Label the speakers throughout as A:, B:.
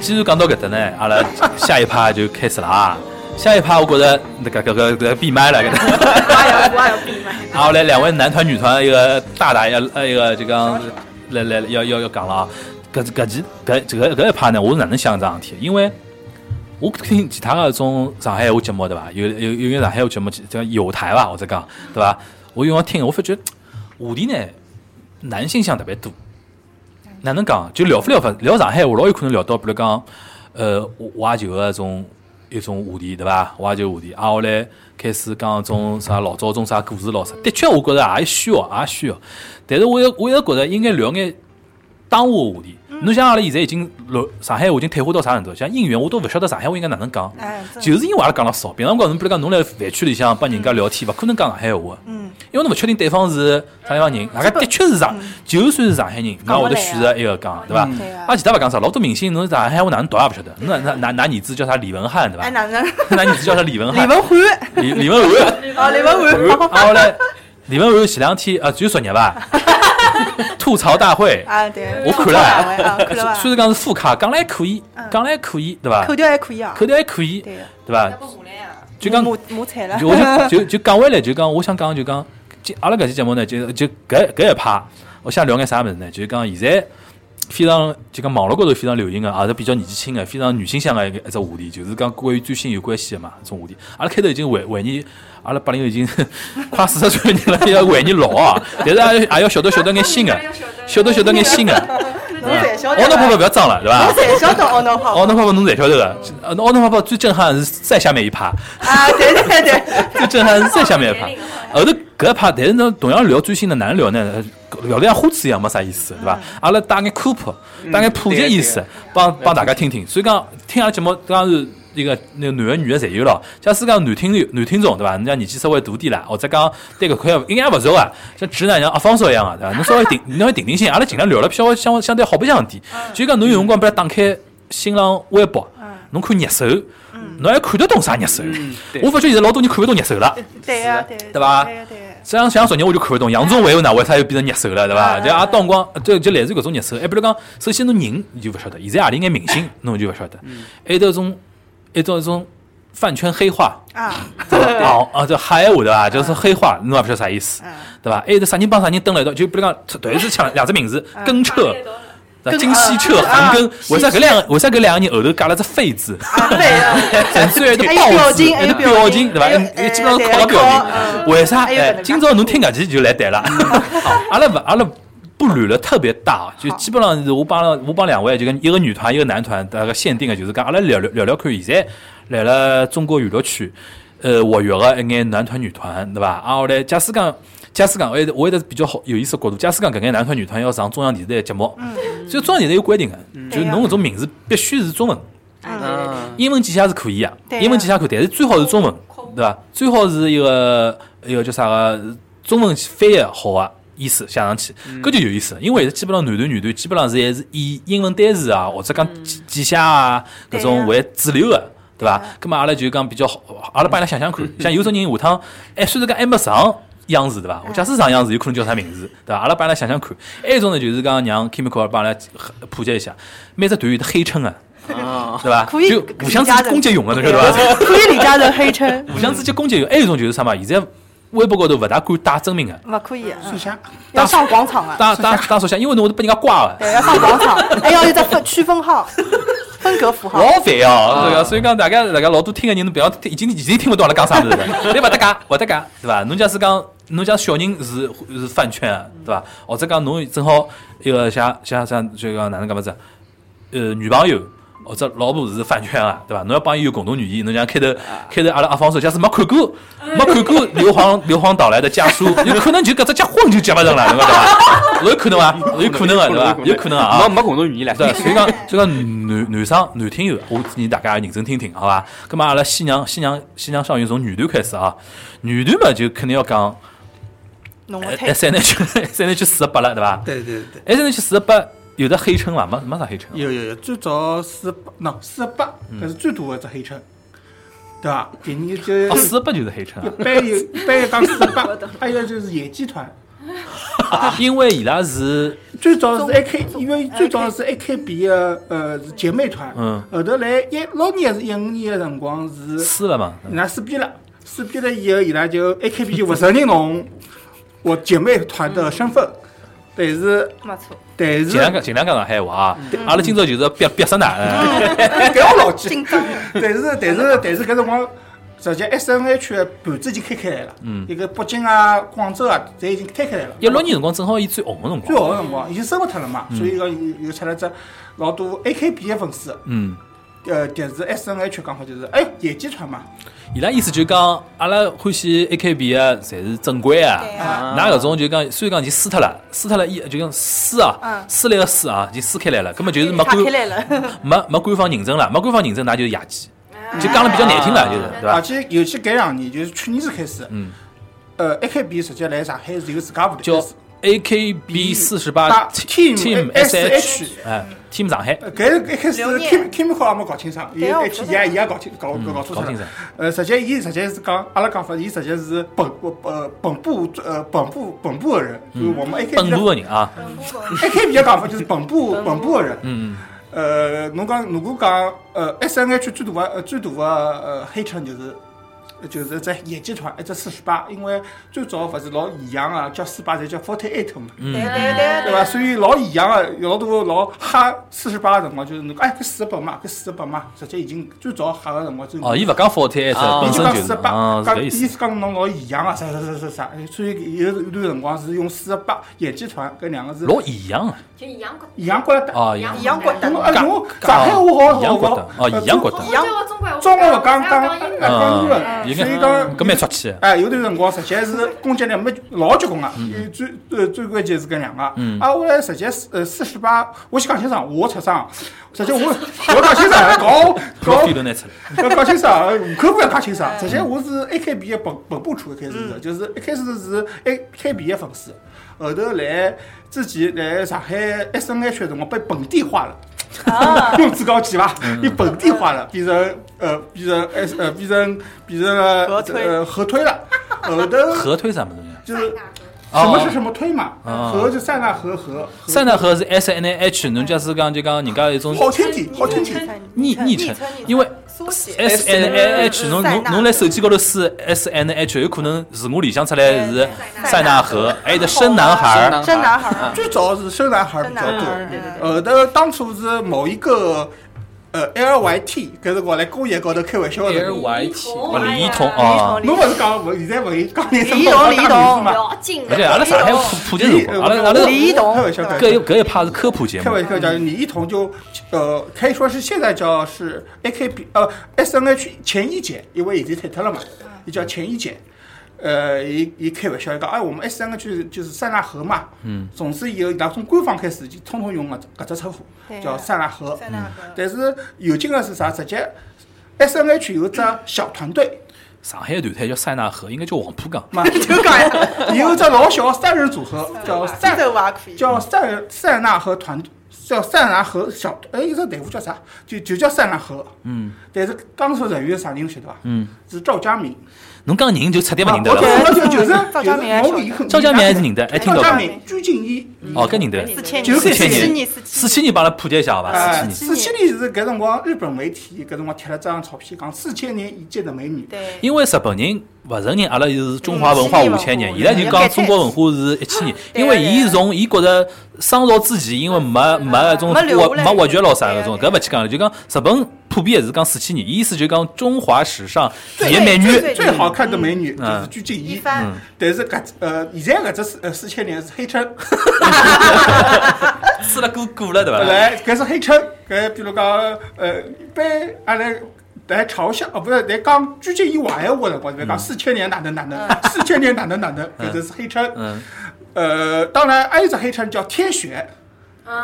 A: 既然讲到搿搭呢，阿拉下一趴就开始了啊。下一趴我觉着那个搿个搿个闭麦了，搿搭。
B: 我也我也要闭麦。
A: 啊，后来两位男团女团一个大大要呃一个这个来来要要要讲了啊。搿搿期搿这个搿一趴呢，我是哪能想这桩事体？因为我听其他的种上海话节目对伐？有有有眼上海话节目，这个有台伐？或者讲对伐？我有辰光听，我发觉话题呢男性向特别多。哪能讲？就聊勿聊勿聊上海话，老有可能聊到，比如讲，呃，怀旧个种一种话题，对伐？怀旧话题，啊，后来开始讲种啥老早种啥故事咯啥。的确，我觉着也需要，也需要。但是我也我也觉着应该聊眼当下个话题。侬像阿拉现在已经老上海话已经退化到啥程度？像应援，我都勿晓得上海话应该哪能讲。
B: 哎，真的
A: 就是因为阿拉讲了少，平常辰光侬比如讲侬来饭圈里向帮人家聊天，勿可能讲上海话，
B: 嗯，
A: 因为侬勿确定对方是啥地方人，大家的确是上，就算是上海人，
B: 讲
A: 那
B: 不
A: 会得
B: 来
A: 选择一个讲，对伐
B: 嗯对？啊
A: 啊，其他勿讲啥，老多明星侬上海话哪能读也勿晓得，侬哪哪哪哪儿子叫啥李文翰，对
B: 哎，
A: 伐？
B: 哪能？
A: 哪儿子叫啥李文
B: 李
A: 翰？
B: 文焕，
A: 李李文翰。
B: 哦，李文焕，
A: 然后嘞，李文翰前两天啊，就昨日吧， 吐槽大会，
B: 啊，对，
A: 我看
B: 哎啊
A: 了，
B: 看了吧，
A: 虽然讲是副卡，讲了还可以，讲了还可以，对伐
B: 口？条还可以啊，
A: 口条还可以，
B: 对啊，
A: 对伐？
C: 不来啊！
A: 就讲
B: 抹抹彩了
A: 就，我就就就讲回来，就讲我想讲就讲，就阿拉搿期节目呢，就就搿搿一趴，我想聊眼啥物事呢？就是讲现在非常就讲网络高头非常流行个，也是比较年纪轻个，非常女性向个一个一只话题，就是讲关于追星有关系个嘛，种话题。阿拉开头已经回回忆，阿拉八零后已经 快四十岁的人了，要回忆老啊，但是也也要晓得晓得眼新个，晓得晓得眼新个。
B: 侬才晓得
A: 奥
B: 啊，
A: 特泡泡勿要装了，对伐
B: 侬？才晓得奥诺泡
A: 奥特泡泡侬侪晓得个，呃奥特泡泡最震撼的是再下面一趴。
B: 啊，对对对，
A: 最震撼是再下面一趴， 后头搿一趴，但是呢，同样聊最新的哪能聊呢？聊得像花痴一样，没啥意思，对伐？阿拉带眼科普，带眼普及意识，帮帮大家听听。所以讲，听阿拉节目当然一个那个男的女的侪有咯。假使讲男听友男听众对伐？人家年纪稍微大点啦，或者讲对搿块应该也勿熟啊，像直男像阿方说一样啊，对伐？侬稍微定， 侬要定定心，阿拉尽量聊了稍微相相对好白相点。就讲侬有辰光拨伊打开新浪微博，侬看热搜，侬还看得懂啥热搜？
D: 对
A: 我发觉现在老多人看勿懂热搜了。
B: 对呀，对，
A: 对吧
B: 对呀，对呀，
A: 像像昨日我就看不懂，杨宗纬有哪为啥又变成热搜了，对伐？
B: 嗯
A: 就也当光，就就类似于搿种热搜。哎，比如讲，首先侬人你就勿晓得，现在何里眼明星侬就勿晓得，
B: 嗯
A: 还有得种，还有得种饭圈黑化，
B: 啊，
A: 对伐哦啊，这海话对伐？就是黑化，侬也勿晓得啥意思，
B: 嗯，
A: 对伐？还有得啥人帮啥人登了一道，就比如讲，突然是抢两只名字，根彻。对吧
B: 根
A: 金希澈、
B: 啊
A: 韩庚
B: 啊，
A: 为啥搿两个为啥搿两个人后头加了只废 字？
B: 啊，对呀，
A: 甚至还得
B: 还有
A: 哎报
B: 表
A: 纸，
B: 情
A: 还
B: 还
A: 得
B: 有
A: 表
B: 表
A: 情，
B: 情
A: 对伐？
B: 还有
A: 哎
B: 哎
A: 基本上
B: 对
A: 靠个表
B: 靠
A: 情。
B: 嗯
A: 为啥？
B: 还有搿
A: 哎
B: 能，介
A: 今朝侬听搿期就来对 了。阿拉勿，阿拉不捋了特别大，啊就
B: 好
A: 基本上是我帮了我帮两位，就跟一个女团一个男团，大概限定的就是讲，阿拉聊聊聊聊看，现在来了中国娱乐圈，呃，活跃个一眼男团女团，对伐？啊，后来假使讲。假使讲，我也我也得比较好有意思的角度。假使讲搿眼男团女团要上中央电视台的节目，所以中央电视台有规定个，就
B: 嗯对呀
A: 侬搿种名字必须是中文。
D: 嗯，
A: 英文记下是可以啊，
B: 对啊
A: 英文记下可以，但是最好是中文，对伐？最好是一个一个叫啥个中文翻译好啊。意思写上去，搿就有意思了，因为基本上男团女团基本上是还是以英文单词啊，或者讲记记下啊搿
B: 嗯对
A: 种
B: 啊
A: 为主流个，对伐？葛末阿拉就讲比较好，阿拉帮伊拉想想看，像有种人下趟，哎，虽然讲还没上央视对
B: 嗯
A: 伐？我假使上央视，有可能叫啥名字，对伐？阿拉帮伊拉想想看。还有一种呢，就是讲让 Kimiko 帮阿拉普及一下，每只团有得黑称啊，
D: 啊，
A: 对伐？
B: 可以
A: 就互相之间攻击用个，侬晓得 伐？
B: 可以李嘉诚黑称，
A: 互相之间攻击用，还有一种就是啥嘛？现在微博高头勿大敢打真名个，
B: 勿可以，
D: 树
B: 嗯
D: 下
B: 要上广场啊，
A: 打打打手下，因为侬会得被人家挂个，
B: 对，要上广场，还要有只分区分号，分隔符号，
A: 老烦哦，对伐？所以讲大家大家老多听个人，侬不要听，已经已经听勿懂阿拉讲啥物事了，对勿搭嘎，勿搭嘎，对伐？侬假使讲侬讲小人是是饭圈啊，对伐？或者讲侬正好一个像像像就讲哪能讲么子啊？呃女朋友或者老婆是饭圈啊，对伐？侬要帮伊有共同语言，侬像开头
B: 啊
A: 开头阿拉阿方说，假使没看过没看 过硫磺硫磺岛来的家书，有可能就搿只结婚就结勿成了，侬讲对伐？有可能伐？有可能啊，对伐？有可能啊。
D: 没没共同语言
A: 对，
D: 了，
A: 所以讲，所以讲男男生男听友，我建议大家认真听听，好伐？咁啊嘛，阿拉西洋西洋西洋校园从女团开始啊，女团嘛就肯定要讲
B: 侬个太
A: S N H S N H 四十八了，对伐
D: 对对对，
A: ？S N H 四十八有的黑称伐？没没啥黑称。啊
D: 有有有，最早四八，喏四八，搿是最大的一只黑称，对伐？第二就
A: 哦哦，四十八就是黑称啊
D: 一！般有一般讲四八，还有就是野鸡团，
A: 因为伊拉是
D: 最早是
B: 中
D: AK，
B: 中哎
D: 因为最早是 AKB 的呃是姐妹团，
A: 嗯
D: 后头来一老年还是一五年的辰光是
A: 撕了嘛，
D: 伊拉撕逼了，撕逼了以后，伊拉就 AKB 就勿承认侬 我姐妹团的身份，但是
B: 没错，
D: 但是
A: 尽量讲尽量讲上海话啊，阿拉今朝就是要憋憋死奶奶，
D: 搿我老记，
B: 紧张了。
D: 但是但是但是搿辰光，实际 S N H 的盘子已经开开来了，一个北京啊、广州啊，侪已经开开来了。
A: 一六年辰光正好伊最红个辰
D: 最
A: 光，
D: 好的辰光已经生活脱了嘛，所以讲又又出来只老多 A K B 的粉丝，
A: 嗯。
D: 呃，但是 S N H 讲法就是，哎，野鸡团嘛，
A: 伊拉意思就讲，阿拉欢喜 AKB 啊，侪是正规啊
B: 对。
A: 㑚
B: 啊
A: 搿种就讲，虽然讲已经撕脱了，撕脱了，伊就讲撕啊
B: 嗯，
A: 撕来个撕啊，已经撕开来了，根本就是没
B: 岔
A: 官
B: 开来了，
A: 没没官方认证了，没官方认证，㑚就是野鸡，
B: 啊
A: 就讲了比较难听了，就是对
D: 而
A: 伐？
D: 且尤其搿两年，就是去年子开始，
A: 嗯，
D: 呃，A K B 实际来上海是有自家舞台
A: 叫
D: 的，
A: AKB 四十八
D: 八
A: Team
D: Team
A: SH，
D: SH
A: 哎，Team 上海，
D: 呃搿一开始
B: 刘念
D: Kim Kim 好也没搞清爽，伊
B: 对啊我
D: H
B: 知
D: 伊
B: 道
D: 也伊也搞清搞搞搞
A: 嗯搞
D: 错
A: 清
D: 清
A: 楚
D: 爽。呃，实际伊实际是讲阿拉讲法，伊实际是本呃本部呃本部本部的人，就是我们 A K
A: 嗯本
D: B
A: 部个人啊，
D: 嗯 A K B 的讲法就是本部本部的人。
A: 嗯，
D: 呃，侬讲如果讲呃 S N H 最大的呃最大的呃黑城就是。就是一只野鸡团，一只四十八，因为最早勿是老异样啊，叫四八侪叫 forty eight 嘛，
A: 嗯
B: 对对对
D: 对伐？所以老异样啊，有老多老吓四十八个辰光，就是侬讲哎，搿四十八嘛，搿四十八嘛，实际已经最早吓个辰光就是
A: 哦，伊勿讲 Forty
C: 啊
A: S，本
D: 伊就
A: 身
D: 讲
A: 就
D: 四
A: 是
D: 十
A: 啊
D: 八，，
A: 是
D: 讲
A: 搿
D: 意
A: 意思。
D: 思讲侬老异样啊，啥啥啥啥啥，所以有有段辰光是用四十八野鸡团搿两个字
A: 老异样啊，
E: 就一样国
D: 异样过来打。
A: 啊，
E: 样
B: 一样滚蛋
D: 侬。哎
A: 讲
D: 侬上海话好
A: 一样
D: 好
A: 觉
D: 好
A: 得，哦一样觉得
E: 我叫我中国话，
D: 中国勿讲
E: 讲
D: 讲
E: 英文，
D: 讲
A: 嗯
D: 英文，所以讲
A: 搿蛮出气的。
D: 哎，有段辰光实际是攻击力没老结棍啊，
A: 嗯
D: 有最呃最关键是搿两个，啊，后来实际是呃四十八，我先讲清爽，我出生，实际我我讲清爽， 搞搞
A: 飞轮拿出来，
D: 要讲清爽，户口不要讲清爽。
B: 嗯
D: 实际我是 AKB 的本本部出，一开始是，就是一开始是 AKB 的粉丝，后头来自己来上海 SNH 的辰光被本地化了。
B: 啊
D: 用字高级伐？你本地化了，变成呃，变成 S 呃，变成变成了
B: 合推
D: 呃合推了，后头
A: 河推什么东西啊？
D: 就是
A: 哦
D: 什么是什么推嘛？
A: 哦
D: 合就塞纳河合，合
A: 塞纳河是 S N H，侬假使讲就讲人家一种
D: 好听点，好听点。
A: 昵昵称，因为
B: 缩写
A: S N H 侬
B: 塞
A: 侬
B: 纳
A: 侬来手机高头试 S N H，有可能自我联想出来是塞
B: 塞
A: 纳
B: 纳
A: 河
B: 河，
A: 还有一个深男孩儿，嗯
B: 生男孩
C: 啊
B: 儿，
D: 最早是生男孩比
B: 生
D: 较
B: 男孩
D: 多，
B: 儿，对对对。
D: 后头呃当初是某一个呃 L Y T 搿辰光来公演高头开玩笑的辰光，
E: 哦
A: 不李一桐啊，
B: 嗯
D: 侬勿是讲勿现在勿是讲你什么
B: 李一桐
D: 老大名字嘛？呃
E: 要紧
A: 而且阿拉上海普普及辰光，阿拉阿拉
B: 李一桐
D: 开玩笑开玩
A: 搿一
D: 笑，
A: 搿一趴是科普节
D: 开
A: 目，
D: 玩笑讲李一桐就呃可以说是现在叫是 A K B 呃 S N H 前一姐，因为已经退脱了嘛，伊
A: 嗯
D: 叫前一姐。呃，伊伊开玩笑伊讲，哎，我们 S N H 就是塞纳河嘛，嗯，从此以后，伊拉从官方开始就统统用了搿只称
B: 对
D: 呼，
B: 啊
D: 叫塞纳河，嗯
B: 塞纳河，
D: 但是有劲个是啥？直接 S N H 有只小团队，
A: 上海团体叫塞纳河，应该叫黄浦江，
D: 嘛，
B: 就讲呀，
D: 有一只老小三人组合，叫
B: 这
D: 塞
B: 个娃可以。
D: 叫塞塞纳河团，叫塞纳河小，哎，有只队伍叫啥？就就叫塞纳河。嗯。但是刚说人员是啥人晓得伐？嗯。是赵佳明。
A: 侬讲人就彻底
D: 啊
A: 勿认得
D: 我
A: 了。
D: 就就就是
B: 赵佳明还嗯
D: 就是
B: 晓得
D: 某个
A: 赵佳明还是认得还听
D: 哎赵
A: 到
D: 佳
A: 过
D: 明、鞠婧祎。
A: 哦，搿认得。
B: 四千
D: 九
B: 年，
D: 四千
A: 年
B: 年，
A: 四
B: 四
A: 七年帮阿拉普及一下好伐？四七
D: 哎，
A: 年，
D: 四七年是搿辰光日本媒体搿辰光贴了张照片，讲四千年一届的美女。
B: 对，
A: 因为日本人勿承认阿拉是中华文化五千年，伊拉就讲中国文化是一千年，因为伊从伊觉着商朝之前，因为没没搿种挖没挖掘牢啥搿种，搿勿去讲了，就讲日本普遍也是讲四千年，意思就讲中华史上第一美女，
D: 最好看的美女
A: 嗯
D: 就是鞠婧
B: 嗯一
D: 祎。
B: 番，
D: 但是搿呃，现在搿只四呃四千年是黑称，
A: 吃了过过了对伐？
D: 来搿是黑称，搿比如讲呃，一般阿拉来嘲笑哦，不是来讲鞠婧祎坏闲话辰光，就
A: 嗯
D: 讲四千年哪能哪能， 四千年哪能哪能，搿就是黑称。
A: 嗯，
D: 呃，当然还有一只黑称叫天选，
E: 嗯，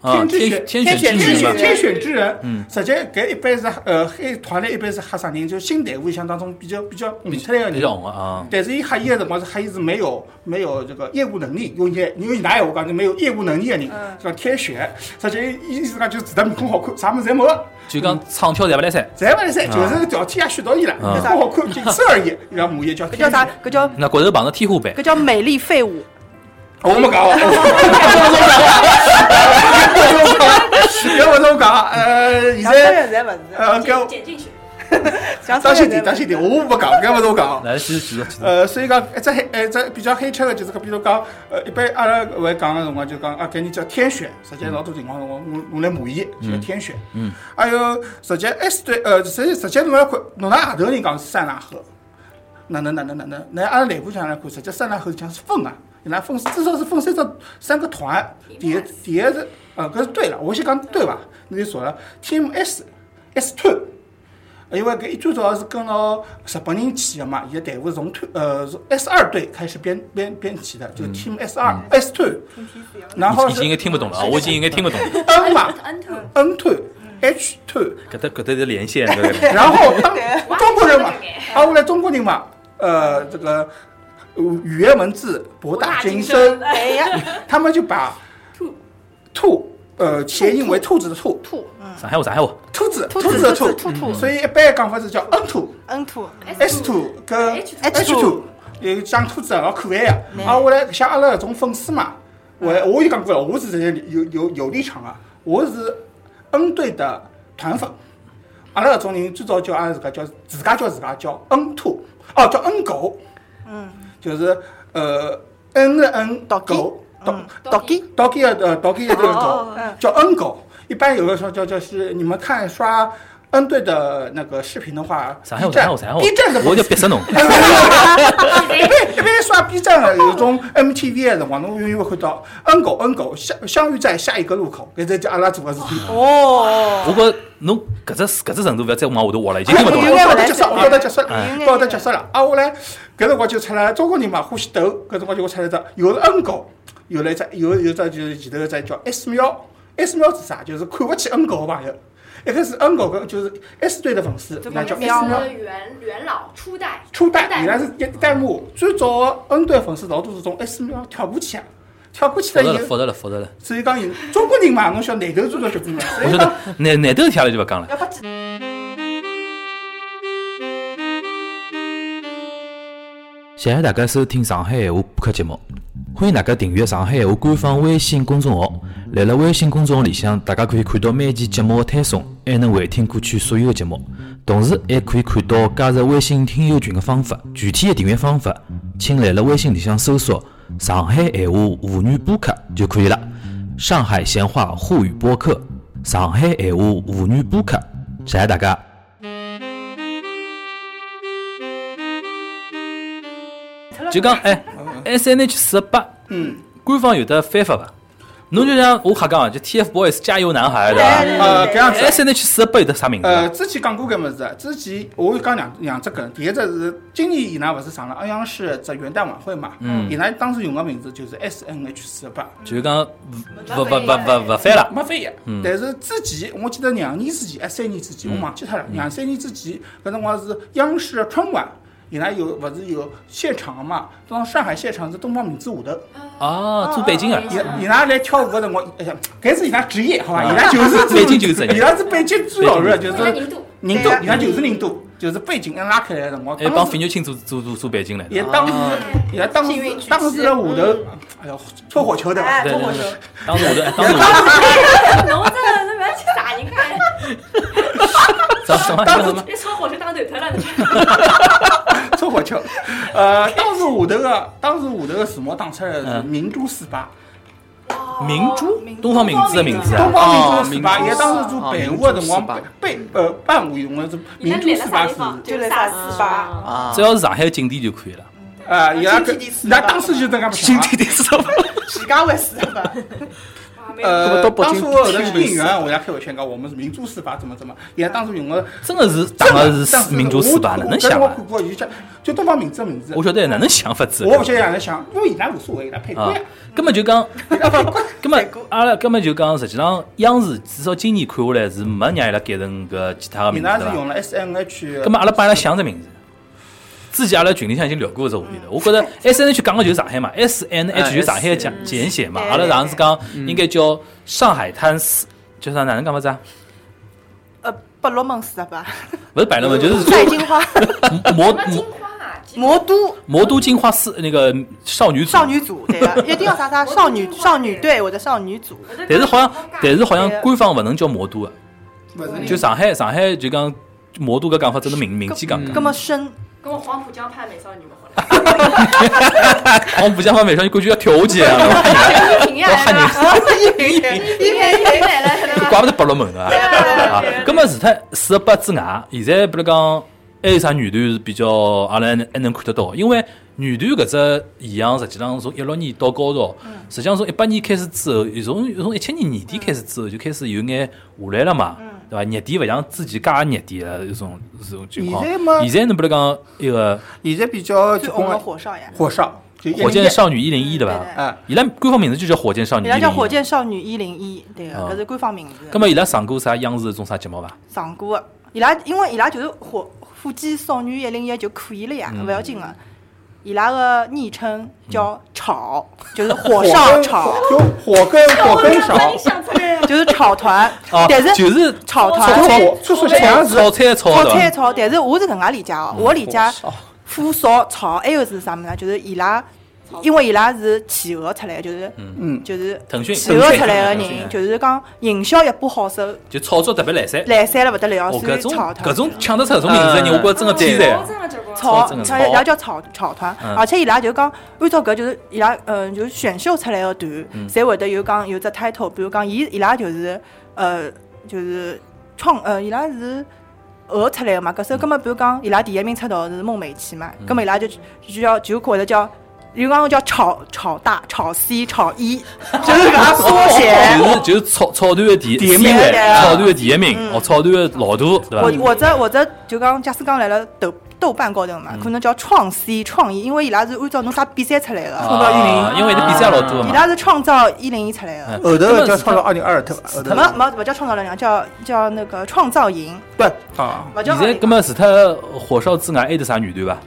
A: 啊，
D: 之
A: 天
D: 选，
A: 天
B: 天
A: 选之嗯
B: 选
D: 天
A: 女嘛
B: 选，
D: 选天选之人。实际搿一般是呃黑团里一般是黑啥人，就是新队伍里向当中比较比较红出来个
A: 比
D: 人
A: 较。红啊，
D: 但是伊黑伊个辰光是黑伊是没有没有这个业务能力，用业用现在闲话讲就没有业务能力啊个人，叫天选，实际意思讲就是除脱面孔好看，啥物事侪没个，
A: 就讲唱跳侪勿来三，
D: 侪勿来三，就是条件也选到伊了，面孔好看，仅此而已。伊拉母爷叫
B: 搿
D: 天
B: 叫啥
D: 选，？
B: 搿叫
A: 那骨头碰着天花板
B: 搿叫美丽废物，
D: 我没讲啊， 要不这么讲啊， 呃，现
B: 讲出来侪
D: 在
B: 勿是，
D: 呃，
E: 剪
D: 搿
E: 剪进去，
B: 讲出
D: 当
B: 来
D: 心
B: 侪
D: 点，当
B: 勿是
D: 心点，我没讲，搿勿是我讲啊。
A: 来继续继续。
D: 呃，所以讲一只黑，一只比较黑吃的就是讲，比如讲，呃，一般阿拉会讲个辰光就讲啊，搿人叫天选，实际老多情况辰光用用来骂伊，就叫天选。嗯。还有实际 S 对，呃，实实际侬来看，侬拿外头人讲是三大河，哪能哪能哪能？那阿拉内部讲来看，实际三大河讲是分啊，伊拉分至少是分三个三个团。第一第一是呃，搿是对了，我先讲对伐？那就说了，Team S S two。因为搿一最早是跟牢日本人起个嘛，伊个队伍是从推呃从 S 二队开始编编编起的，就是 Team S 二 S two，然后
A: 嗯已经应该听不懂了啊，我已经应该听不懂了。
D: N 嘛
E: N two
D: N two H two，
A: 搿搭搿搭的连线，对不对
D: 然后当中国人嘛，啊后来中国人嘛，呃这个呃语言文字博大精深，
B: 哎呀，
D: 他们就把
E: 兔
D: 兔呃谐音为兔子的兔，
B: 兔，嗯，
A: 上海话上海话，
D: 兔子
B: 兔
D: 子
B: 子
D: 的
B: 兔兔兔
D: 所以一般讲法是叫 N 兔。
B: 恩兔，
D: S two 跟
E: H
D: H two 有像兔子啊老可爱呀。啊，我来像阿拉搿种粉丝嘛，我我就讲过了，我是这些有有有立场啊，我是 N 队的团粉。阿拉搿种人最早叫阿拉自家叫自家叫自家叫 N 兔，哦叫 N 狗，嗯，就是呃 N 的 N
B: 道基
D: 狗，道
B: 倒鸡，
D: 刀鸡的呃刀鸡的这个狗
B: 哦嗯
D: 叫 N 狗，一般有的时候叫就是你们看刷 N 队的那个视频的话
A: 上海话上
D: ，B 站
A: 海话上海话
D: B 站的，
A: 我就逼死侬。
D: 一般一般刷 B 站的有种 MTV 的辰光，侬永远会看到 N 狗 N 狗相相遇在下一个路口，搿才叫阿拉做的事体。
B: 哦，
A: 我觉侬搿只搿只程度勿要再往下头挖了，已经听不懂
D: 我
A: 了。
D: 到达结束，我到达结束了，到达结束了。啊，我来搿辰光就出来了，中国人嘛欢喜斗，搿辰光就我出来只，有是 N 狗，有了一只有有只就是前头一只叫 S 喵，S 喵是啥？就是看勿起 N 狗个朋友。一个是 N 狗跟就是 S 队的粉丝，那叫 S
E: 喵
D: 喵。
E: 元元老初代，
D: 初代伊拉是一代目，最早 N 队粉丝老多是从 S 喵跳过去啊，跳过去
A: 复
D: 了
A: 杂了，
D: 以
A: 复杂了，复杂了。
D: 所以讲，中国人嘛，侬晓得难头做到结棍嘛，所
A: 我
D: 以
A: 晓
D: 讲
A: 得，难难头听了就勿讲了。
B: 要不几
A: 谢谢大家收听上海闲话播客节目，欢迎大家订阅上海闲话官方微信公众号。辣辣微信公众号里向，大家可以看到每期节目的推送，还能回听过去所有的节目，同时还可以看到加入微信听友群的方法。具体的订阅方法，请辣辣微信里向搜索“上海闲话沪语播客”就可以了。上海闲话沪语播客，上海闲话沪语播客，谢谢大家。就讲哎，S N H 四十八，嗯，官方有得翻法伐？侬就像我瞎讲啊，就 T F Boys 加油男孩对
B: 哎
A: 伐
B: 对
D: 呃搿样子。
A: ？S N H 四十八有得啥名字啊？
D: 呃，之前讲过搿物事啊，之前我有讲两两只梗，第一只是今年伊拉勿是上了安阳市只元旦晚会嘛，
A: 嗯
D: 伊拉当时用个名字就是 S N H 四十八，
A: 就是讲勿勿勿勿勿翻了，
D: 啊没翻译。但是之前我记得两年之前，哎三年之前我忘记脱了，两三年之前搿辰光是央视的春晚，伊拉有勿是有现场个嘛，当上海现场是东方明珠下头。
A: 哦，做北京
B: 哎
A: 啊，
D: 伊伊拉来跳舞个辰光，哎呀，搿是伊拉职业，好伐？伊拉就是
A: 背景就是这样
D: 伊拉是背景最老的，就是
E: 为了 人多
D: 人多，伊拉就是人多，就是背景一拉开来个辰光，
A: 还哎帮
D: 当时
A: 费玉清做做做做背景来的
D: 也。当时也当时
B: 啊幸运之
D: 当时的下头，哎呦，搓火球的，
B: 哎，
A: 对
B: 中国
A: 对
B: 球，
A: 对，当时我的，当时我
E: 侬这那不要去打人 家，
A: 的，当时我的，
E: 一超火车当头头了，
D: 搓火球。呃，当时下头个，当时下头个字幕打出来的是“
A: 嗯
D: 明珠四八
A: 明珠，东方明珠的名”，字啊，
D: 东方明珠四
A: 明
D: 八，也
A: 珠，
D: 当时做伴舞的辰光，
C: 哦
D: 背呃伴舞用的是
E: 你
D: 明珠四八字。
E: 就啥四八，
C: 啊
A: 只，要是上海的景点就可以了。
D: 啊，伊拉
B: 经
D: 搿
B: 济第四
D: 伊拉
B: 吧
D: 当时就这样想
A: 景
D: 啊。
A: 点点是啥？
B: 自家会死的吧？
D: 呃，
C: 到北
D: 当
C: 京
D: 初后头
C: 听
D: 演员，我也开玩笑讲，我们是民主四八怎么怎么，伊拉当初用个
A: 真的是打的
D: 当
A: 是
D: 时
A: 明珠四八，哪能
D: 我
A: 想
D: 我
A: 啊
D: 看？过，就叫就东方明珠的名字
A: 我，晓得哪能想法子。
D: 我不晓得哪能想，因为伊拉无所谓，伊拉配
A: 啊
D: 对，
A: 根本就 讲，
D: 啊，
A: 根本阿拉根本就讲，实际上央视至少今年看下来是没让伊拉改成搿其他个
D: 伊
A: 名字
D: 拉
A: 对
D: 是
A: 伐？
D: 用了 S N H，
A: 葛末阿拉帮伊拉想只名字。之前阿拉群里向已经聊过搿
D: 嗯
A: 只话题了，我 觉得 S N H 讲个就是上海嘛，S
D: 啊
A: N H 就是上海的简简写嘛，阿拉上次讲应该叫上海滩四，叫啥哪能讲法子啊？
B: 呃，八六门死的吧？
A: 勿是百乐门，就是
B: 赛金花，
A: 摩
E: 什么金
A: 摩
E: 花啊？
B: 魔都
A: 魔都金花四那个少女组
B: 少，女组，对的，一定要啥啥少女少女队或者少女 组，
E: 我都
A: 但是好 像
E: 尴尬
A: 但是好像
B: 对
A: 官方勿能叫魔都啊，
D: 勿是
A: 就上海上海就讲魔都搿讲法真的民民间讲
B: 那么深，
E: 跟我黄浦江畔美少女们回来，
A: 我们不像方美少女感觉要跳下去一啊样，
E: 一平呀，
A: 我喊你
E: 对吧
B: 一平
E: 一平一平来了， 对吧？
A: 怪勿得八路门啊。啊，
E: 对
A: 葛末除脱四十八之外，现在比如讲还有啥女团是比较阿拉还能还能看得到？因为女团搿只现象，实际上从一六年到高潮，实际上从一八年开始之后，从从一七年年底开始之后就开始有眼下来了嘛，对伐？热点勿像之前介热点了，有种这种情况
D: 现在嘛。
A: 现在侬比如讲一个
D: 现在比较结
B: 最
D: 棍
B: 红的
D: 的
B: 火少呀，
D: 火烧，就
A: 火箭少女一零一，对伐
B: 对？
D: 哎，
A: 伊拉官方名字就叫火箭少女一
B: 人
A: 零
B: 家
A: 一。
B: 叫火箭少女一零一，对个，
A: 啊
B: 搿是官方名字。
A: 葛末伊拉上过啥央视的种啥节目伐？
B: 上过的，伊拉因为伊拉就是火火箭少女一零一就可以了呀，
A: 嗯
B: 勿要紧个。伊拉个昵称叫“炒”，就是火烧炒，
D: 就 火跟火跟
E: 我刚
D: 烧
E: 刚，想出来了，
B: 就是炒团
A: 哦，，
B: 但是
A: 就是
B: 炒
D: 炒
B: 团
D: 炒就说像是
A: 炒菜炒
B: 炒
A: 对伐？
B: 菜炒，但是我是搿能介理解哦，我理解火烧炒还有是啥物事呢？就是伊拉，因为伊拉是企鹅出来的，就是
D: 嗯，
B: 就是
A: 腾讯
B: 企鹅出来
A: 腾
B: 个
A: 讯
B: 人，就是讲营销一把好手，
A: 就炒作特别来塞。
B: 来三了勿得了，
A: 哦，
B: 所
A: 搿
B: 以
A: 种
B: 炒
A: 搿
B: 团。
A: 种抢得出搿种名字
D: 嗯
A: 的人，我觉着真的天
E: 我
A: 才。
E: 真的结棍
A: 炒
B: 炒
A: 真的
B: 炒，
A: 炒
B: 伊拉叫炒炒团，
A: 嗯
B: 而且伊拉就讲，按照搿就是伊拉，嗯，就是选秀出来个团，侪会得有讲有只 title，比如讲，伊伊拉就是，呃，就是创，呃，伊拉是鹅出来个嘛，搿时候，葛末比如讲，伊拉第一名出道是孟美岐嘛，葛末伊拉就就叫就或者叫。有讲叫炒炒大、炒 C、炒一，就是搿个缩写。
A: 就是就是草草团的第
D: 第一
B: 名
A: 哎
B: 对啊
A: 草团的第一名，哦，草团的老大，对
B: 或
A: 伐？
B: 或者或者就讲，假使讲来了豆豆瓣高头嘛，
A: 嗯
B: 可能叫创 C、创意，因为伊拉是按照侬啥比赛出来的。
A: 到一零，啊因为那比赛老多
B: 伊
A: 嘛。
B: 拉是创造一零一出来的，
D: 后头叫创造二零二，对吧？后
A: 嗯
D: 头
B: 没没不叫创造力量，叫叫那个创造营，
D: 对啊，
B: 不叫
A: 现
B: 二
A: 在
B: 零
A: 葛末除脱火烧之外，还有得啥女团伐？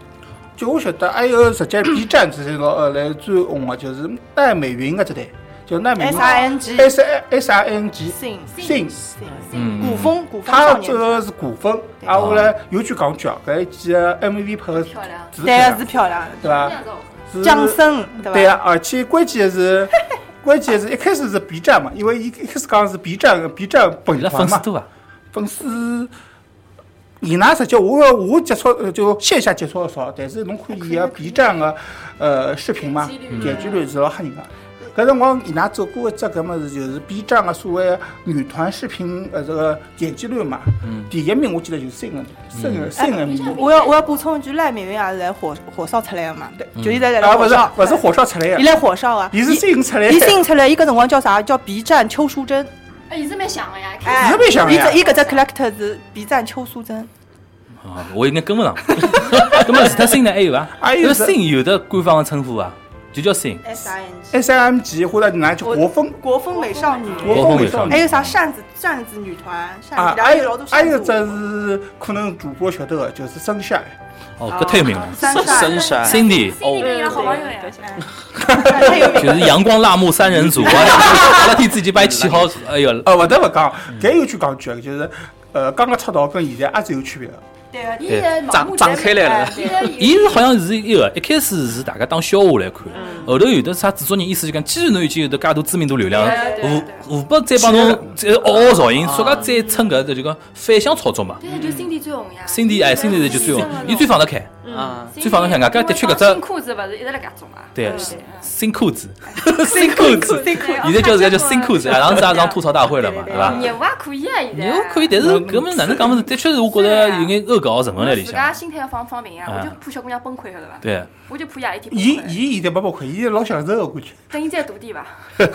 D: 就我晓得，还有实际 B 站之前老呃来最红的，就是奈美云啊个这代，叫奈美云
B: S I N G
D: S S I N G
B: sing
D: Sings，
A: 嗯
B: 古风古风
D: 他
B: 少
D: 这
B: 年，
D: 个是古风，啊，后来有句讲句啊，搿一季的 MV 拍的
E: 漂亮
D: 是
B: 对
D: 漂
B: 啊，
D: 亮
B: 是漂亮，
D: 对吧？是
B: 江森对
D: 对
B: 吧？
D: 啊，而且关 键是，关键是一开始是 B 站嘛，因为一一开始讲是 B 站，B 站
A: 伊
D: 本
A: 拉粉
D: 团
A: 丝
D: 嘛，
A: 多啊伐？
D: 粉丝。伊拉实际我我接触呃就线下接触的少，但是侬看伊
B: 哦
D: 个 B 站个呃视频嘛
E: 点击率，
D: 点击率是老吓人个。搿辰光伊拉做过一只搿物事，就是 B 站个所谓女团视频呃这个点击率嘛，
A: 嗯
D: 第一名我记得就是三个三个三
B: 哎
D: 个名，
B: 我要我要补充一句，赖美云也是来火火烧出来的嘛，
A: 嗯
B: 就现在在
D: 啊
B: 来
D: 勿
B: 火
D: 是
B: 烧，
D: 勿是火烧出来
B: 伊
D: 个，
B: 来火烧啊，
D: 伊是三个出来
B: 伊
D: 的，
B: 新出来，伊搿辰光叫啥？叫 B 站邱淑贞，
E: 哎，一直没想的呀，
B: 哎，
D: 是蛮像的
B: 伊
D: 呀
B: 这伊搿只 collector 是 B 站邱淑贞，
A: 啊，我应该跟勿上。 葛末除脱星呢还有伐？
D: 还有
A: 那
D: 是
A: 星有的官方的称呼伐？就叫星。
B: S I N G
D: S M G 或者哪就国风
B: 哎国风美少女，
D: 国风美少
B: 还
D: 女
B: 有啥扇子扇子女团，扇
D: 啊
B: 哎子，，然后
D: 还
B: 有老
D: 有
B: 多
D: 还
B: 扇
D: 有
B: 子
D: 一
B: 舞。
D: 只是可能主播晓得的，就是生下
A: 哦，搿太有名了。
B: 三扇
C: 深，山
A: Cindy，
E: 心里
A: 哦，
E: 面有好朋友呀，
D: 哎
B: 太哎有名
A: 就
B: 了。
A: 是阳光辣目三人组啊， 阿拉替自己摆旗号，哎哟，
D: 呃，勿得勿讲，搿有句讲句啊，就是呃，刚刚出道跟现在也是有区别的。
B: 对啊，
E: 伊在盲目
C: 长长开 来了
E: 伊在以为
A: 伊是好像是一个，一开始是大家当笑话来看，后头有的啥制作人意思就讲，既然侬已经有得介多知名度流量
E: 对，对
A: 何
E: 对
A: 何不再帮侬再嗷嗷噪音，说介再蹭搿个就讲反向操作嘛。
E: 对，就 Cindy 最红呀
A: Cindy 嗯哎，Cindy 就最红，伊最放得开，
C: 啊，
A: 最放得开，外加的确搿只
E: 裤子勿是一直辣搿种嘛？
A: 对啊
E: 对
A: 新裤子， 新裤子，
E: 对对
A: 现在叫人家叫新裤子，啊，上次也上吐槽大会了嘛，对伐？
E: 业务也可以啊，现在
A: 牛可以，但是搿么哪能讲么子？的确是我觉得
B: 啊
A: 有眼恶搞成分在里
E: 自
A: 向
E: 家。心态要放放平啊！
A: 嗯
E: 我就怕小姑娘崩溃，晓得伐？
A: 对，
E: 我就怕夜一天崩
D: 伊
E: 溃。
D: 伊现在没包括，伊老享受个感觉。
E: 等伊再大点伐？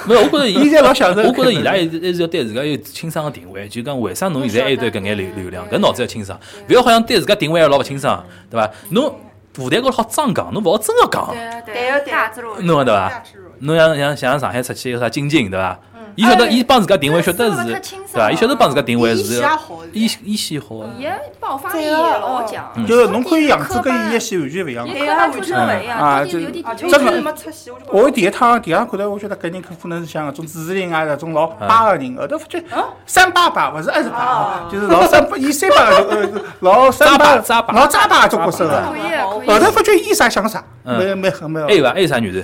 A: 没有，我 觉着伊
D: 伊现在老享受
A: 我觉着伊拉还是还是要对自家有清爽个定位，就讲为啥侬现在还有得搿眼流流量，搿脑子要清爽，勿要好像对自家定位还老勿清爽，对伐？侬舞台高头好装讲，侬勿好真个讲，
E: 对
B: 对啊对啊
E: 大智若愚。
A: 侬晓得伐
B: 价值？嗯
A: 侬像像像上海出去有啥金靖对伐？伊晓
B: 哎
A: 得伊帮自家定位，晓得
E: 哎
A: 是，
E: 这个太清
A: 对
E: 爽
A: 伐？
E: 了
A: 伊晓得帮自家定位是
B: 啊伊先好
A: 伊伊先好，
B: 嗯
E: 伊个爆发力哦
B: 对啊
E: 老
B: 嗯
E: 强，
D: 就是侬可以样子
E: 到底
D: 跟伊
E: 是
D: 一些完全勿一样
E: 科
B: 嗯
D: 的
E: 班，伊科班出身勿一样，
D: 啊
E: 哎到
A: 嗯
E: 底
D: 这
E: 是有点
B: 啊，就
E: 有
B: 是
E: 点
B: 看没出息，我就觉得
D: 我第一趟第一趟觉得，我觉得搿人可能像搿种主持人啊，搿种老巴个人，后头发觉三八八勿是二十八啊，就是老 三八，伊三八就呃老三
A: 渣巴
D: 八
A: 渣巴
D: 老渣巴做角色个。
E: 可以
B: 啊
E: 可以
D: 后啊头发觉伊啥想啥，没
A: 嗯
D: 没很没有
A: 还。有伐？还有啥女的？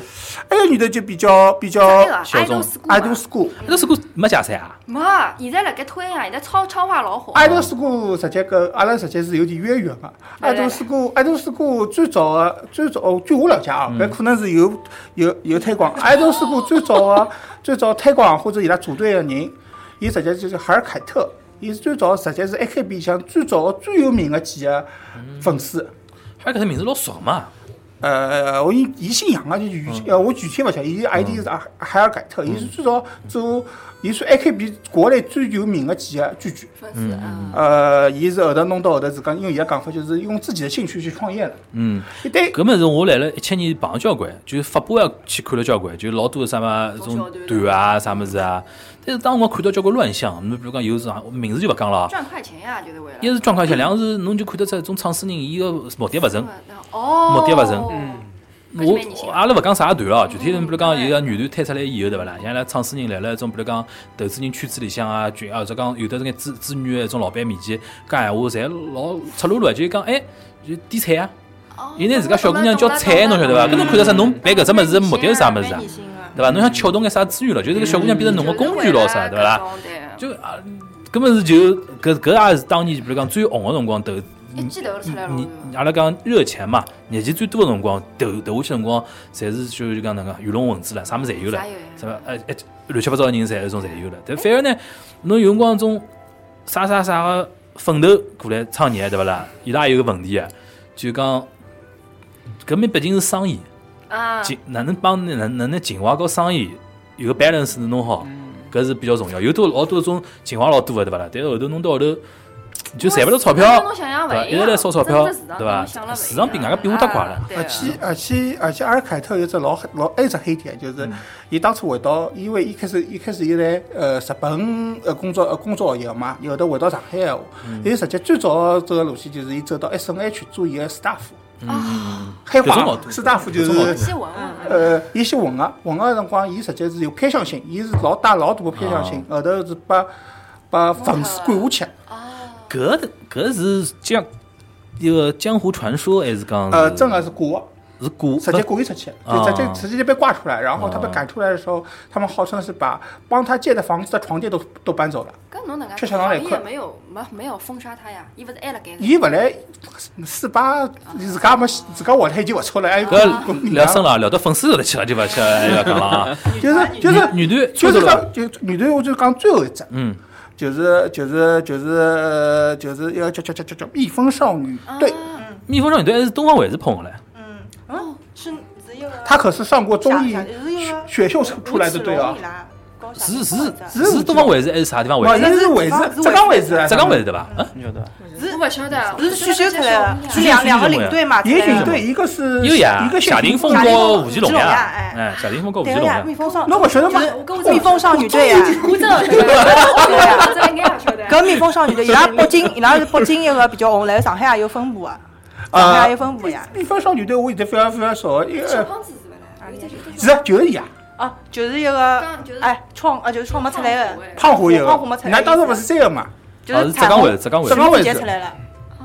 D: 还有女的就比较比较
E: 这个
A: 哦小哎众
E: idol school 嘛
D: idol school。
A: 那是个没假赛啊？
E: 没，现在辣盖推啊，现在超超话老火。
A: 哎
D: idol school 实际跟阿拉实际是有点渊源啊个。
E: 来来
D: idol school，idol school 最早个最早，据我了解啊，搿可能是有有有推广。idol school 最早个最早推广或者伊拉组队个人，伊实际就是海尔凯特，伊是最早实际是 AKB 向最早个最有名个几个粉丝。
A: 还有搿个名字老熟嘛？
D: 呃，我伊伊姓杨啊，就具呃我具体勿晓得，伊 ID 是海海尔凯特，伊是最早做，伊算 AKB 国内最有名个几个剧剧。
E: 粉
A: 嗯
E: 丝啊，
D: 呃，伊是后头弄到后头自家，用伊个讲法就是用自己的兴趣去创业了。
A: 嗯，
D: 一对
A: 搿么是我来了一七年碰交关，就是发布也去看了交关，就是老多的啥么这种团啊啥么子啊。但是当我看到交关乱象，侬比如讲有啥名字就勿讲了啊，
E: 赚快钱呀，就是为了
A: 一。是赚快钱，两是侬就看得出来种创始人伊个目的勿纯。
E: 哦，
A: 目的不纯
E: 嗯，搿是蛮人
A: 我
E: 性的
A: 阿拉勿讲啥团哦，具体人比如讲
E: 嗯
A: 有个女团推出来以后，对勿啦？像阿拉创始人来了一种，比如讲投资人圈子里向啊，就啊，或者讲有的是眼资资源啊的一种老板面前讲闲话，侪老赤裸裸，就是讲哎，就点菜啊。伊拿自家小姑娘叫菜，侬晓
E: 嗯
A: 得伐？搿侬看得出侬办搿只物事目的是啥物事啊？对伐？侬想撬动眼啥资源了？就是搿小姑娘变成侬个工具咯
E: 嗯
A: 啥，对勿啦？？就啊，搿么是就搿搿也是当年比如讲最红个辰光投
E: 一记头出来了，
A: 你阿拉讲热钱嘛，热钱最多个辰光投投下去辰光，侪是就是讲哪能讲鱼龙混珠了，啥物事侪有了
E: 啥有呀，
A: 什么呃一乱七八糟个人侪有种侪有了。但反而呢，侬有辰光种啥啥啥个奋斗过来创业对勿啦？伊拉也有个问题啊，就讲搿面毕竟是生意，
E: 啊，
A: 情哪能帮你哪哪能情怀和生意有个 balance 弄好，
E: 嗯
A: 搿是比较重要。有多老多种情怀老多个对勿啦？但是后头弄到后头就赚勿到钞票。
E: 侬想想勿
A: 对吧
E: 一
A: 一直
E: 样，
A: 在烧钞票
E: 真的市场
A: 对吧
E: 侬想了勿一样
A: 市场比外加变化太快了
E: 啊对啊
D: 而且而且而且，阿尔凯特有只老黑老还有只黑点，就是伊当初回到，因为一开始一开始伊来呃日本呃工作呃工作学习嘛，伊后头回到上海闲话，伊实际最早走个路线就是伊走到 S N H 做伊个 staff，黑
A: 搿种
D: 化
A: 老多
D: staff 就
A: 搿种老
D: 是
A: 多。
E: 先闻闻，
D: 呃，伊先混个，混个辰光，伊实际是有偏向性，伊是老带老大个偏向性，后头是把把粉丝赶下去。
A: 搿搿是江一个江湖传说，还是讲
D: 呃，
A: 是
D: 真个是挂的。
A: 是古
D: 直接故意出去，
A: 啊
D: 就直接直接就被挂出来，然后他被
A: 啊
D: 赶出来的时候，他们号称是把帮他借的房子的床垫都都搬走了。
E: 搿侬能介
D: 吃相当来
E: 伊也
D: 快
E: 没有没没有封杀他呀，伊勿是还辣盖的。
D: 伊勿来四八，自家没自家活得已经勿错了，还哎有
A: 搿聊深
D: 了，
A: 了，聊到粉丝搿搭去了就勿去了要讲了啊。
D: 就是就是
A: 女女团
D: 就
A: 错
D: 是
A: 着了，
D: 讲就女团，我就讲最后一只，
A: 嗯，
D: 就是就是就是呃就是要叫叫叫叫叫蜜蜂少女
B: 啊
D: 队，
A: 蜜蜂少女队还是东方卫视捧的唻。
B: 嗯嗯，是是一个，
D: 她可是上过综艺
B: 想想是一个
D: 选选秀出来的队啊，
A: 是是
D: 是
A: 是东方卫视还是啥地方卫
D: 哇，伊
A: 视？
D: 啊是位置
B: 是，
D: 浙江位置啊，
A: 浙江卫视对伐？嗯，
C: 你晓得吧？
E: 我勿晓得，
B: 是选秀出来的，是
A: 选秀
B: 两
A: 是
B: 两个
A: 什么呀
B: 领队嘛，出
D: 也
B: 来
D: 许
B: 的
D: 对一个是
A: 有呀
D: 呃一个，
A: 夏霆锋
B: 夏霆
A: 和
B: 锋
A: 吴奇隆
B: 吴奇隆
A: 呀
B: 呀，哎
A: 哎，夏霆锋和吴奇
B: 对
A: 隆
B: 呀，
A: 呀
B: 蜜。蜂少，
D: 那我晓得嘛
B: 就是
E: 我跟我
B: 蜜蜂少女队呀，
E: 我真的勿晓得，我真的一眼勿晓得。
B: 搿蜜蜂少女队，伊拉北京，伊拉是北京一个比较红，来上海也有分部啊，上海也有
D: 啊，
B: 分部呀，
D: 蜜蜂少女队我现在非常非常少，一
E: 小
D: 个
E: 胖子是勿啦？有一只有一只
D: 是啊，就
B: 啊，就
D: 是伊啊，
B: 是一个
E: 刚就是
B: 哎创啊，就是创没出来
E: 胖虎
B: 的，
E: 哎
B: 胖
D: 胖虎一
B: 虎没
D: 个，
B: 出来，
D: 那当时不是三个嘛？
B: 就
A: 哦
B: 是
A: 是浙江卫视浙江卫视
B: 徐梦洁
D: 浙江卫视
B: 出来了，
E: 哦，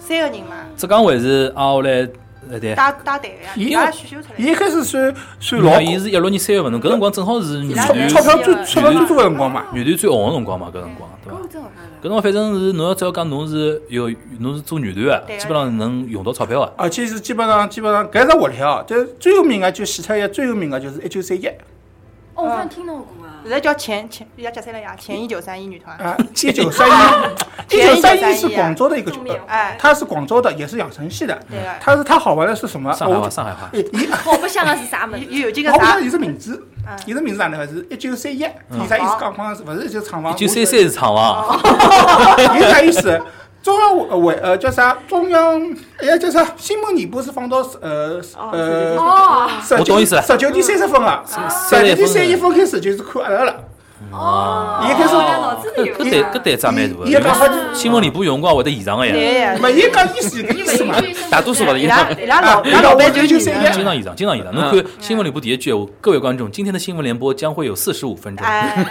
B: 三个人嘛，
A: 浙江卫视啊，后来呃对，
B: 搭搭队的呀，
D: 伊
B: 伊拉选秀出来
D: 伊
B: 的，
D: 一开始算算老
A: 然后伊是一六年三月份，侬搿辰光正好是女
E: 伊
D: 钞
E: 拉
A: 团
D: 钞票最
E: 伊
D: 钞票最多的辰光嘛，
A: 女团最红个辰光嘛，搿辰光对
E: 搿
A: 伐
E: 我？真勿晓
A: 搿
E: 得。
A: 侬反正是侬要只要讲侬是有侬是做女团个，
B: 对啊
A: 基本上能用到钞票个。
D: 而且啊是基本上基本上搿只活跳啊，就是最有名的就洗脱一最有名的就是一九三一
E: 哦，我好像听到过啊
B: 现。在叫前前，伊拉解散了呀，前一九三一女团，
D: 啊，一九三一，一九三一是广州的一个
E: 中
D: 酒
E: 缅
D: 店，
B: 哎
D: 它是广州的，也是养成系的
B: 对啊，
D: 它是它好玩的是什么？
A: 上海
D: 啊我
A: 话，上海话。
D: 伊
E: 我不想的是啥物
B: 伊
E: 事？
B: 伊有这个
D: 哦我不晓
B: 啥
D: 得？伊是名字
B: 嗯，
D: 伊是名字哪能个？是一九三一，伊啥意思？讲讲是勿是就厂房？
A: 嗯一九三 三是厂房，啊
D: 有啥意思？中央委呃叫啥？中央哎呀叫啥？新闻联播是放到呃呃
E: 哦，
D: 十
A: 我懂
D: 九
A: 意思了
D: 十九点三十分啊，
A: 三十一分嗯
D: 十九点三一分开始就是看阿拉了。
E: 哦，
D: 伊一开始
E: 原来脑子里有
A: 搿胆搿胆子也嗯蛮
D: 伊伊讲
A: 大
D: 法
A: 的，因为新闻联播有辰光会得现场个呀，
B: 对
D: 没伊讲伊自己意思嘛，
A: 大多数勿是
B: 伊
A: 伊
B: 拉
A: 拉
B: 伊拉老伊拉老板就是女的，
A: 经常现场，经常现场。侬看新闻联播第一句，我各位观众，今天的新闻联播将会有四十五分钟，
B: 哎，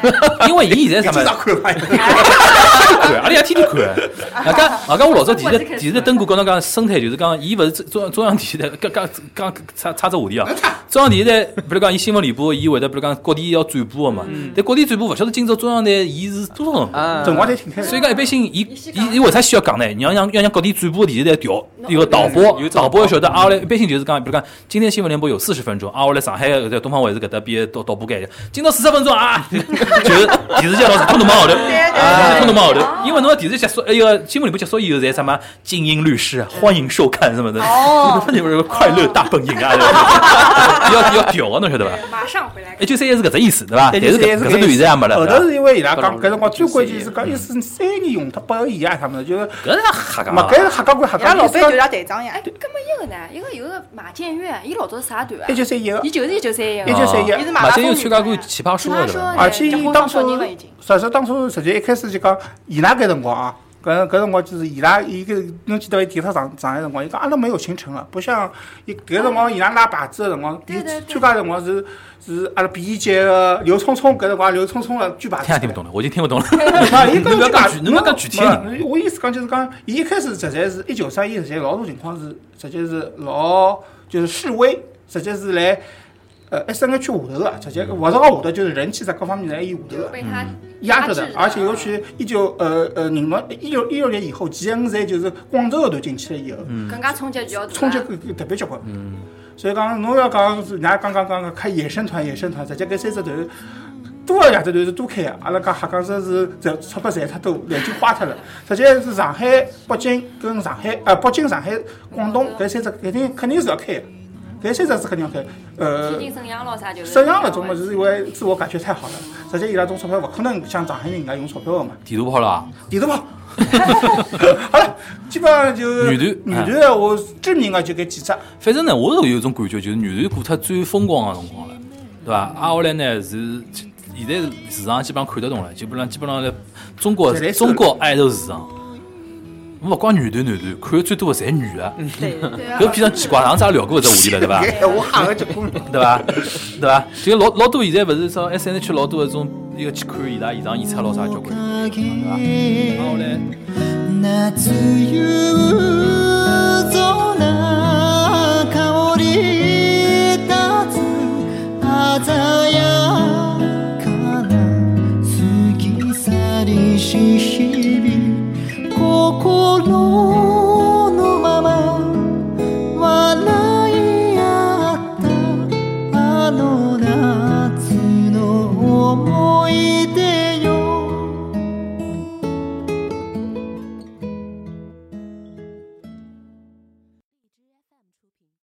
A: 因为伊现在
D: 经
A: 啥 么
D: 常看嘛。
A: 看，阿拉也天天看。外加外加我老早电视电视登过，跟侬讲生态就是讲，伊勿是中中央电视台，刚刚刚插插只话题啊。中央电视台，比如讲伊新闻联播，伊会得比如讲各地要转播个嘛。但各地转播勿晓得今朝中央台伊是多少辰光。
C: 啊，
D: 辰光才停开，
A: 嗯所以讲一般性，伊伊伊为啥需要讲呢？让让让让各地转播电视台调一个导播
C: 有，
A: 导播要晓得啊。我来一般性就是讲，比如讲今天新闻联播有四十分钟啊，我来上海搿个东方卫视搿搭边导导播间，今朝四十分钟啊， 就是电视剧老师通通忙后头，啊通通忙后头，因为侬个电视剧结束，哎个新闻联播结束以后，侪什么精英律师啊欢迎收看什么的，
B: 哦
A: 你们是快乐大本营 啊，要要调啊，侬晓得伐？
E: 马上回来
A: 一。九三一是搿只意思对伐？哦但是搿搿只段现在也没了，
D: 后
A: 对伐
D: 头是因为伊拉讲，搿辰光最关键是
C: 嗯
D: 讲，伊是三年用脱拨伊啊，啥物事就是，
A: 搿是瞎讲
D: 嘛
A: 啊
D: 搿。是瞎讲归瞎
B: 伊拉
D: 讲，
B: 老板就是伊拉队长呀
E: 哎，，搿么一个呢？一个有个马建岳，伊老早是啥团啊
D: 一？九三一个
E: 伊，就是一九三一
D: 一
E: 个。
D: 九三一，
B: 伊是马
A: 马
B: 拉
A: 建
B: 松
A: 又
B: 女
A: 参加
B: 的
A: 过
B: 呀。
A: 奇葩说了，对伐？
D: 而且伊当初
E: 结婚生小人了已经，
D: 实际当初实际一开始就讲，伊拉搿辰光啊，搿搿辰光就是伊拉伊个，侬记得伐？伊提出上上海辰光，伊讲阿拉没有行程了，不像伊搿辰光伊拉拉牌子个辰光，伊
E: 对对对
D: 参加的辰光是是阿拉毕业节个刘聪聪搿辰光刘聪聪了举牌子。
A: 听也听不懂了，我已经听不懂 了。
D: 啊，伊
A: 侬不要
D: 讲
A: 讲具
D: 具，
A: 侬不要讲具体
B: 嗯
A: 的
D: 没我意思讲就是讲，伊一开始实在是一九三一，实在老多情况是，实在是老就是示威，实在是来呃 S N H 下头个，直接勿是讲下头，就是人气啥各方面侪伊下头
E: 就
D: 个。
E: 被他
D: 嗯压着
E: 制
D: 的
E: 了，
D: 而且尤其一九呃呃零六一六一六年以后，G N 侪就是广州搿段进去了以后，
E: 更加冲击就要大
D: 冲击搿搿特别结棍。所以讲，侬要讲是，人家刚刚讲讲开野生团，野生团，直接搿三只头，多少两只头是多开啊！阿拉讲瞎讲，说是赚钞票赚太多，眼睛花脱了。直接是上海、北京跟上海，呃，北京、上海、广东搿三只肯定肯定是要开的，搿三只是肯定要开。呃
E: 天，津沈阳咯啥就是。
D: 沈阳搿种嘛，就是因为自我感觉太好了，直接伊拉种钞票勿可能像上海人人家用钞票个嘛。
A: 地图炮了啊，
D: 地图炮。好了，基本上就
A: 女团
D: 女团的我知名的就搿几只，
A: 反正呢，我是有一种感觉，就是女团过脱最风光的辰光了，对伐？挨下来呢是现在市场基本上看得懂了，基本上基本上来中国
D: 侪来收
A: 中国爱豆市场，勿光女团男团，看的最多的侪女的，
B: 对，对
A: 搿非常奇怪，上次也聊过搿只话题了，对伐？
D: 啊 我吓个结棍了。
A: 对伐？对伐？就老老多现在勿是说 S N H 老多搿种一个去看伊拉现场演出老啥交关，对伐？挨下来。
F: 夏夜总